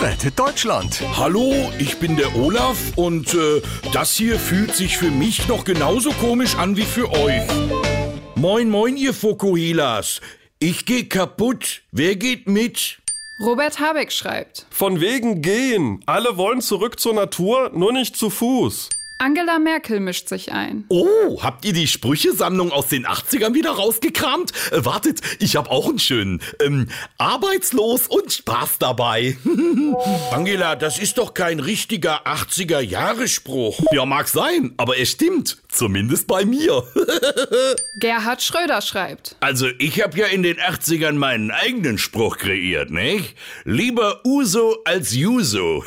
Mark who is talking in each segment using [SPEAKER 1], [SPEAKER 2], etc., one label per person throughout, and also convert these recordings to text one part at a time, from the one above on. [SPEAKER 1] rettet Deutschland.
[SPEAKER 2] Hallo, ich bin der Olaf und äh, das hier fühlt sich für mich noch genauso komisch an wie für euch. Moin, moin, ihr Fokuhilas. Ich geh kaputt. Wer geht mit?
[SPEAKER 3] Robert Habeck schreibt.
[SPEAKER 4] Von wegen gehen. Alle wollen zurück zur Natur, nur nicht zu Fuß.
[SPEAKER 3] Angela Merkel mischt sich ein.
[SPEAKER 5] Oh, habt ihr die Sprüchesammlung aus den 80ern wieder rausgekramt? Äh, wartet, ich hab auch einen schönen. Ähm, arbeitslos und Spaß dabei.
[SPEAKER 2] Angela, das ist doch kein richtiger 80er-Jahre-Spruch.
[SPEAKER 5] ja, mag sein, aber er stimmt. Zumindest bei mir.
[SPEAKER 3] Gerhard Schröder schreibt.
[SPEAKER 2] Also, ich hab ja in den 80ern meinen eigenen Spruch kreiert, nicht? Lieber Uso als Juso.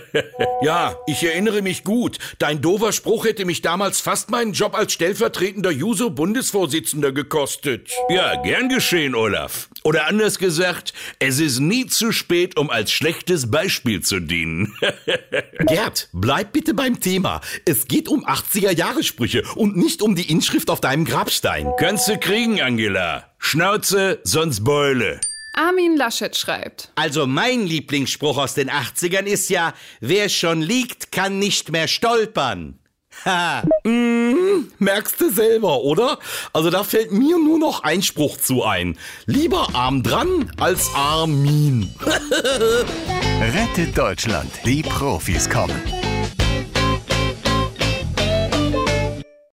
[SPEAKER 2] ja, ich erinnere mich gut. Dein doofer Spruch hätte mich damals fast meinen Job als stellvertretender Juso-Bundesvorsitzender gekostet. Ja, gern geschehen, Olaf. Oder anders gesagt, es ist nie zu spät, um als schlechtes Beispiel zu dienen.
[SPEAKER 5] Gerd, bleib bitte beim Thema. Es geht um 80er-Jahre-Sprüche und nicht um die Inschrift auf deinem Grabstein.
[SPEAKER 2] Kannst du kriegen, Angela. Schnauze, sonst Beule.
[SPEAKER 3] Armin Laschet schreibt.
[SPEAKER 6] Also mein Lieblingsspruch aus den 80ern ist ja, wer schon liegt, kann nicht mehr stolpern. Ha,
[SPEAKER 5] Mhm, Merkst du selber, oder? Also da fällt mir nur noch ein Spruch zu ein. Lieber arm dran als Armin.
[SPEAKER 1] Rettet Deutschland. Die Profis kommen.